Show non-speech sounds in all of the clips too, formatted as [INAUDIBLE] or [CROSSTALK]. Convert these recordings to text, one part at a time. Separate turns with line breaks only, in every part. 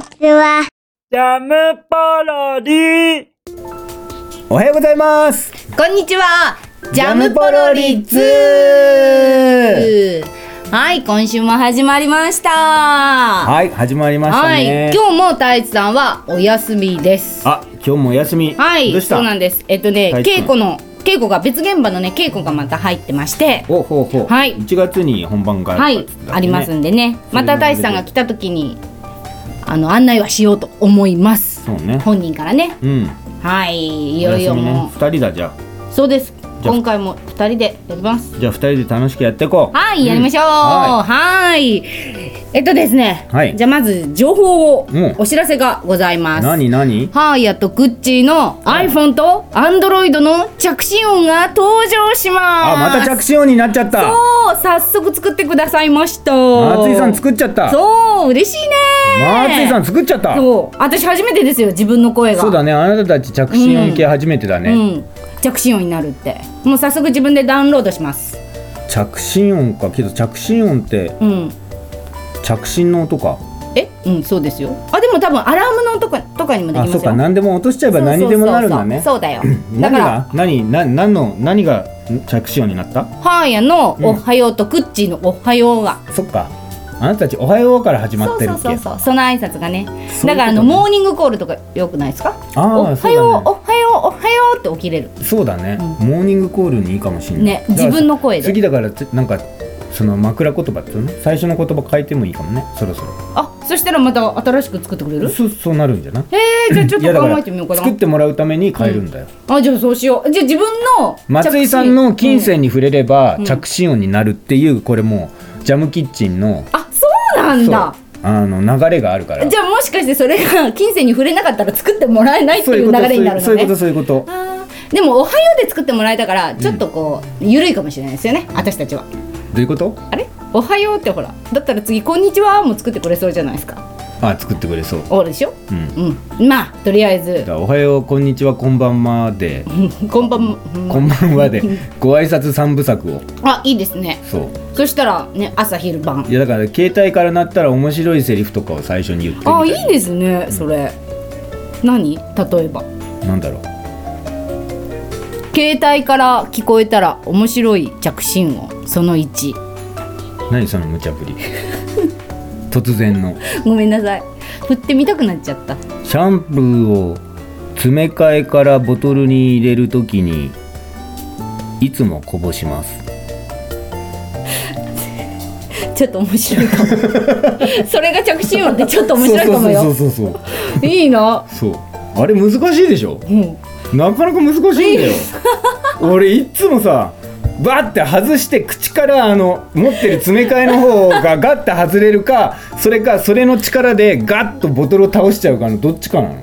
ちは。
ジャムパロディ
おはようございます
こんにちはジャムポロリッツはい今週も始まりましたは
はい始まりましたね
い今日も太一さんはお休みです
あ今日もお休み
はい
どうした
そうなんですえっとね
太一さん
稽古の稽古が別現場のね稽古がまた入ってまして
おほうほう
はい
1月に本番が
は
ある
い
って言ってたね
ありますんでねまた太一さんが来た時にあの案内はしようと思います
そうね
本人からね
うん
はいい
い
よいよもう、
2人だじゃ
そうです
じゃあ
今回も二人でやります
あじゃあ2人で楽しくやっていこう
はい、やりましょう。
んは
はい。えっとですね。
はい
じゃあまず情報を
うん
お知らせがございます。
何何
はいやとグッチーの iPhone と Android の着信音が登場します。
あまた着信音になっちゃった
そう、早速作ってくださいました。
松井さん作っちゃった
そう、嬉しいね。
松井さん作っちゃった
そう、私初めてですよ、自分の声が。
そうだねあなたたち着信音系初めてだ
う
ね
ん、着信音になるって。もう早速自分でダウンロードします。
着信音かけど着信音って
うん。
着信の音か
え、うん、そうですよ。あ、でも多分アラームのとか、とかにもでき
あ
ます
そう
よ。
か何でも落としちゃえば何にでもなるんだね
そうそうそうそうそうだよ。だ
何
から、
が何な何の何が着信音になった
ハーヤのおはようとクッチーのおはようが。
そっかあなたたち「おはよう」から始ま
そ
っ
う
て
そ
る
う
っ
そ
け
うそう、その挨拶がね。
ういうことね
だから、あのモーニングコールとか、よくないですか。お
ああそ
は
う
よう、
だね
おはよう、おはようって起きれる。
そうだねモーニングコールにいいかもしれない
ね
だから
自分の声で
次だからつなんかその枕言葉っていうの最初の言葉変えてもいいかもねそろそ
あ、そしたら、また新しく作ってくれ
ろ
る。
そそうなるんじゃない
えー、じゃ、あちょっ
いやだ
と
か
考
ら
えてみようか
作っ
な。
てもらうために変えるんだよ
あ、じゃ、あそうしよう。じゃ、あ自分の。
松井さんの金
うん
銭に触れれば着信音になるっていうこれもうジャムキッチンの
あ、そうなんだ。
そうあの流れがあるから
じゃあもしかしてそれが金銭に触れなかったら作ってもらえないって
そう
い
いう
う
こと
流れになるのね。
そういうことそういうこと
あーでも「おはよう」で作ってもらえたからちょっとこう、緩いかもしれないですよね私たちは
どういうこと
あれ「おはよう」ってほらだったら次「こんにちは」も作ってくれそうじゃないですか
あ作ってくれそう
おるでしょ
うん
うんまあとりあえず
だからおはようこんにちはこんばんまで
こんばんも、うん
こんばんは
[LAUGHS]
でご挨拶三部作を
あいいですね
そ
そしたらね朝昼晩
ういやだから携帯から鳴ったら面白いセリフとかを最初に言ってみた
あいいですねそれ、何例えば
なんだろう
携帯から聞こえたら面白い着信音その1
何その無茶ぶり [LAUGHS] 突然の
ごめんなさい振ってみたくなっちゃった
シャンプーを詰め替えからボトルに入れるときにいつもこぼします
ちょっと面白いかも [LAUGHS] それが着信音ってちょっと面白いかもよ
そうそうそうそう
いいな。
そうそうあれ難しいでしょ
うん。
なかなか難しいん
[LAUGHS]
だよ俺いっつもさバッて外して口からあの持ってる詰め替えの方がガッて外れるかそれかそれの力でガッとボトルを倒しちゃうかのどっちかなの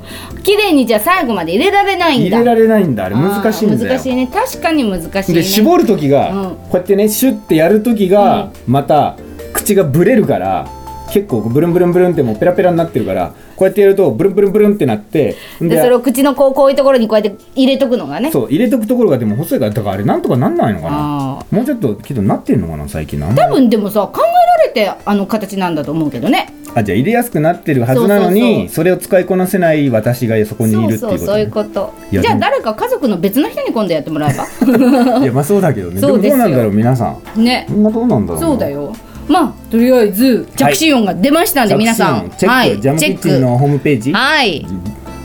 綺麗にじゃあ最後まで入れられないん
入
だ。
れられないんだあれ
あー
難しいんだよ
難しいね。確かに難しいね。
で絞る時が、
うん
こうやってねシュッてやる時が、また口がブレるから結構ブルンブルンブルンってもうペラペラになってるからこうやってやるとブルンブルンブルンってなって
でそれを口のこうこういうところにこうやって入れとくのがね。
[LAUGHS] そう入れとくところがでも細いからだからあれなんとかなんないのかな
あ
もうちょっとけどなってんのかな最近のあんま
多
り
分でもさ考えられてあの形なんだと思うけどね。
あじゃあ入れやすくなってるはずなのにそ
そうそうそう
れを使いこなせない私がそこにいるっていう
そ
こ
う
と
そうそういうこと。
い
じ
や
ゃ
で
あ
も
誰か家族の別の人に今度やってもらえ
いやまあそうだけどねで
そ
も
うです
どう
よ
なんだろう皆さん
ば。 [LAUGHS] ね。
みんなどうなんだろうな
そうだよ。まあとりあえず着信音が出ましたんで、
着信音
皆さん
チェック、
はい
ジャムキッチンのホームページ
はい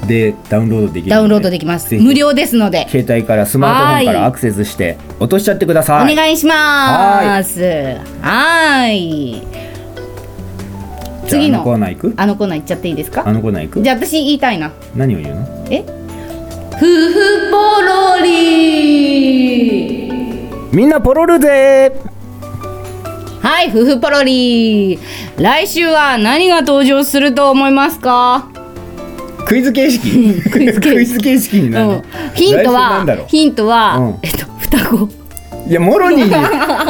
でダウンロードできるので
ダウンロードできます
ぜひ
無料ですので
携帯からスマートフォンからアクセスして落としちゃってください
お願いします。はーい。
じゃあ
次
あのコー
の
ナー行く
あのコーナー行っちゃっていいです
あ
か？
のコーナー行く
じゃあ私言いたいな。
何を言うの
え？夫婦ポロリ
みんなポロルぜ
はい、夫婦ポロリ来週は何が登場すると思いますか？
ークイズ形式
クイズ形式
クイズ形式になる
う
の
ん、ヒント
来週なんだろ
は
う
ヒントは、
うん
えっと双子。
いや、もろに、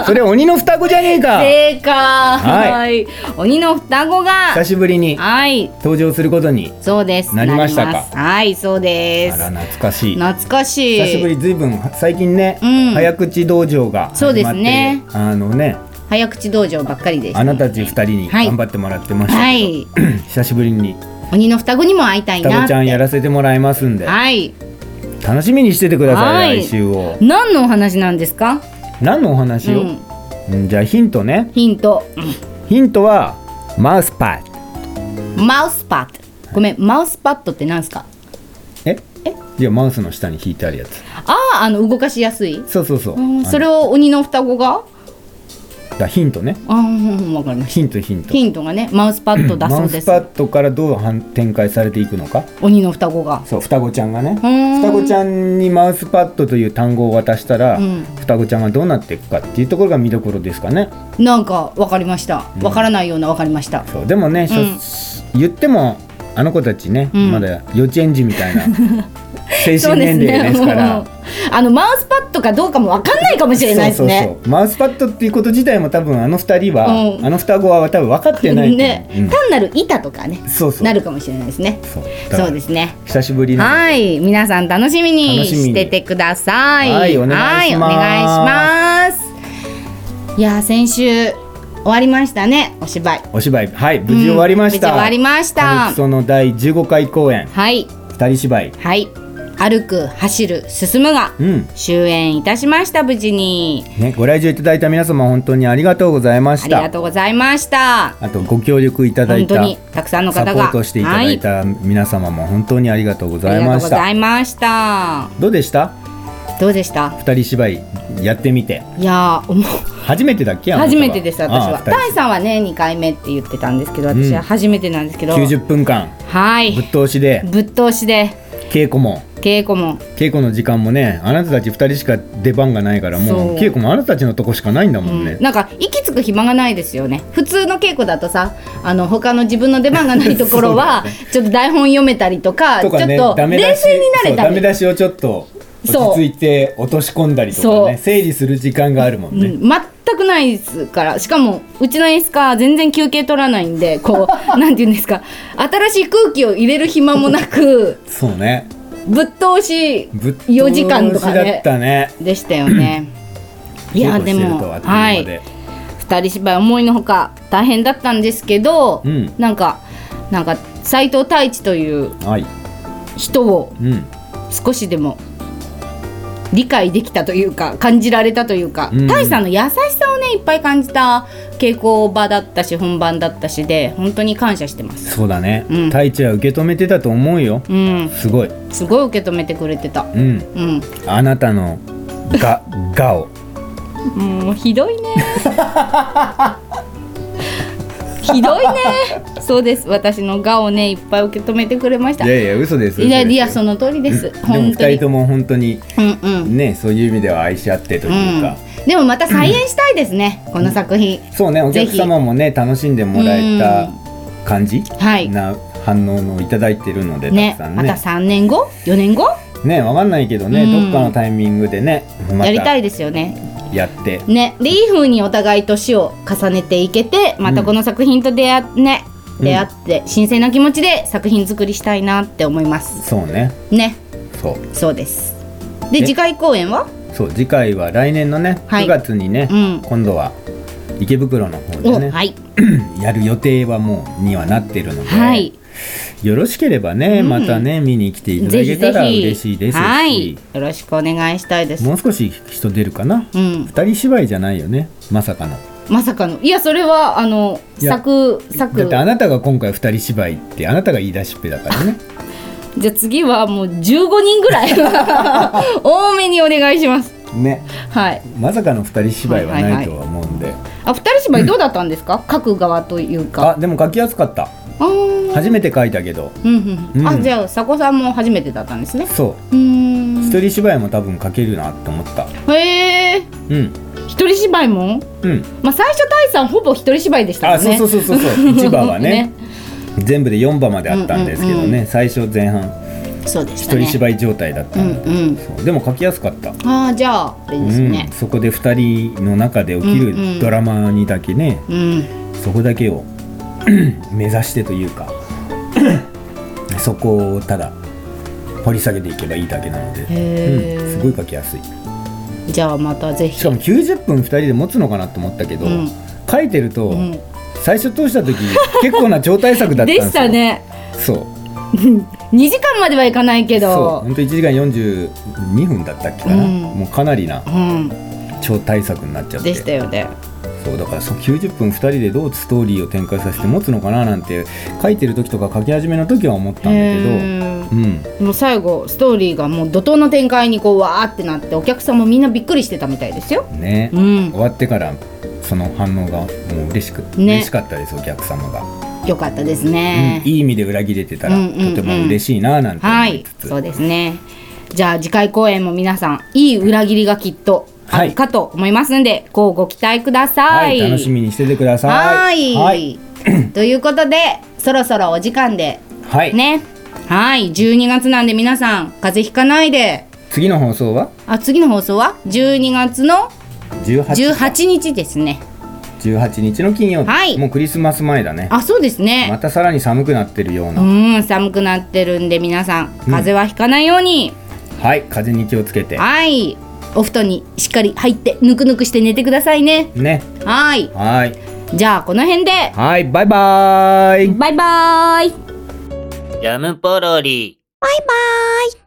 それ鬼の双子じゃねえか。
正解。
は
鬼の双子が
久しぶりに
はい、
登場することに。
そうです。
なりましたか
なりますはい、そうで
あ
す
ら、。懐かしい。
懐かしい
久しぶり、ずいぶん、最近ね、
うん
早口道場が始まって。
そうですね
あのね、
早口道場ばっかりでした
あなたたち二人に
はい
頑張ってもらってましたけど。
はい
[CLEARS THROAT] 久しぶりに
鬼の双子にも会いたい
双
な
子
っ
ちゃん
て
やらせてもらいますんで
はい
楽しみにしててくださ
はいい
来週を
何のお話なんですか、
何のお
う
話を
ん、
うんじゃあヒントね
ヒント
ヒントはマウスパッド
マウスパッドごめんマウスパッドってなんですか
えいやマウスの下に引いてあるやつ
あああの動かしやすい
そうそうそう
うんそ
れ
れを鬼の双子が
ヒントね
ああわかりまし
ヒントヒン
た
ト
ヒントがねマウスパッドだ
マ
そう
ウ
で
ス
す
パッドからどう反展開されていくのか
鬼の双子が
そう双子ちゃんがね
ーん
双子ちゃんにマウスパッドという単語を渡したら、
うん
双子ちゃんがどうなっていくかっていうところが見どころですかね
なんかわかりましたわからないようなわかりました
そうでもね、しょ
うん
言ってもあの子たちね、
うん
まだ幼稚園児みたいな
[LAUGHS]
精神年齢ですから
もうあのマウスパッドかどうかもわかんないかもしれないですね
そうそうそうマウスパッドっていうこと自体も多分あの二人は、
うん
あの双子は多分分かってないと思う
ね、
うん
単なる板とかね
そうそう
なるかもしれないですね
そうだか
そ
ら
うですね
久しぶりな
はい皆さん楽しみに
楽しみに
しててください
はいお願いします
はいお願いしますいやー先週終わりましたねお芝居
お芝居はい無事終わりました、
うん無事終わりました
歌舞伎町の第15回公演
はい
二人芝居
はい歩く走る進むが
うん
終演いたしました無事に
ねご来場いただいた皆様本当にありがとうございま
あ
し
り
た
がとうございました
あとご協力いただ
本
いた
当にたくさんの
サポ
方が
ートしていただいた皆様も本当にありがとうご
はい、
ざ
あ
い
りが
ま
とうご
し
ざ
た
いました
どうでした
どうでした
二人芝居やってみて
いやーもう
初めてだっけあなた
初めてです私は
ああ
大さんはね2回目って言ってたんですけど私は初めてなんですけど、
二人90分間
はい
ぶっ通しで
ぶっ通しで
稽古も
稽古も
稽古の時間もねあなたたち二人しか出番がないから
そ
もう
う
稽古もあなたたちのとこしかないんだもんね、
なんか息つく暇がないですよね普通の稽古だとさあの他の自分の出番がないところ
[LAUGHS]
は、ちょっと台本読めたりとか
とかね
ちょっと
ダメ
冷
出し
静にな
そうダ
れ
メ
たり
出しをちょっと
そう
落ち着いて落とし込んだりとか
そ
ね
う
整理する時間があるもん
う
ね、
ん全くないですからしかもうちの演出家は全然休憩取らないんでこう [LAUGHS] なんて言うんですか新しい空気を入れる暇も
[LAUGHS]
なく
そうね
ぶっ通し
ぶっ通
4時間と
し
か
だっ
ね
たね
でしたよねいや
稽古
で
してる
も
とあっという
は
間
い
で
二人芝居思いのほか大変だったんですけど、
うん
なんかなんか斎藤太一という
はい、
人を
うん
少しでも理解できたというか感じられたというか、
うん
太一さんの優しさをねいっぱい感じた稽古場だったし本番だったしで本当に感謝してます。
そうだね、
うん
太一は受け止めてたと思うよ
うん、
すごい
すごい受け止めてくれてた。
うん
うん、
あなたのががを
もうひどいね。 [LAUGHS] ひどいね。そうです。私のがをねいっぱい受け止めてくれました。
いやいや嘘です
いやいや
嘘
その通りで、
ですすでも
本当
二
に
人とも本当に
うんうん
ねそういう意味では愛し合ってと
う
いうんか、
でもまた再演したいですね、この作品
そうねお
ぜ
客
ひ
様もね楽しんでもらえた感じ
はい
な反応をいただいてるので、
ね
たくさん
また
ね
3年後4年後、
ねわかんないけどね、
うん
どっかのタイミングでねま
やりた
た
いですよね
やって
ねでいい風にお互い年を重ねていけてまたこの作品と出会,、ね、
うん
出会って新鮮な気持ちで作品作りしたいなって思います
そうね
ね
そう
そうですで
ね
次回公演は
そう次回は来年のね
はい
9月にね、
うん
今度は池袋の方で
お、
ね、
はい、
[CLEARS THROAT] やる予定はもうにはなってるので、
はい
よろしければね、
うん
またね見に来ていただ
ぜひ
けた
ぜ
ら
ひ
嬉しいですし
はいよろしくお願いしたいです
もう少し人出るかな
うん
二人芝居じゃないよねまさかの
まさかのいやそれはあの
いや
作
だ
作
ってあなたが今回二人芝居ってあなたが言い出しっぺだからね
じゃあ次はもう15人ぐらい
[LAUGHS]
多めにお願いします
ね
はい
まさかの二人芝居は
はいは
ない
はい
いとは思うんで、
あ二人芝居どうだったんですか書く側というか
あでも書きやすかった
あー
初めて書いたけど
うんうんうん、
う
あ
ん
じゃあ佐古さんも初めてだったんですね
そう
ー
うん一人芝居も多分書けるなって思った
へえ
うん
一人芝居も
うん
まあ最初大さんほぼ一人芝居でした
あ
もんね
そうそうそう
[LAUGHS]
そうそう1番はね全部で4番まであったんですけどね、
うんうん
最初前半
そうでした
一
ね
人芝居状態だった
うん
で、
ん
そうでも書きやすかった
うんあーじゃああれです
う
ね
ん、そこで2人の中で起き
うんうん
るドラマにだけね、
うん、
そこだけを [CLEARS THROAT] 目指してというか [CLEARS THROAT] そこをただ掘り下げていけばいいだけなので、
へー
うんすごい書きやすい
じゃあまたぜ
し
ひ
かも90分2人で持つのかなと思ったけど、
うん
書いてると、
うん
最初通した時結構な超大作だったん
で
ですよ
したね
そう
2時間まではいかないけ
そう
ど
本当1時間42分だったっけかな、
うん
もうかなりな
うん
超大作になっちゃって
でしたよね
そうだからその90分2人でどうストーリーを展開させて持つのかななんて書いてる時とか書き始めの時は思ったんだけど
うん
うん
もう最後ストーリーがもう怒涛の展開にこうわーってなってお客さんもみんなびっくりしてたみたいですよ
ね、
うん
終わってからその反応がもう嬉しく、
ね
嬉しかったですお客様が、
よかったです
うん
ね、
いい意味で裏切れてたら、
うんうんうん
とても嬉しいななんて思
はいい
つつ、
そうですねじゃあ次回公演も皆さんいい裏切りがきっとあるかと思いますんで、こうご期待ください、
はい楽しみにしててくだ
は
さい
い、
はい、
[LAUGHS] ということでそろそろお時間で
はい
ねはい12月なんで皆さん風邪ひかないで
次の放送は
あ次の放送は12月の
18
18日ですね
18日の金曜日、
はい
もうクリスマス前だね
あそうですね
またさらに寒くなってるような、
うん寒くなってるんで皆さん風邪はひかないように、
はい風に気をつけて
はいお布団にしっかり入ってぬくぬくして寝てくださいね
ね
はい
はい
じゃあこの辺で
はいバイバーイ
バイバーイ
ジャムポロリ。
バイバイ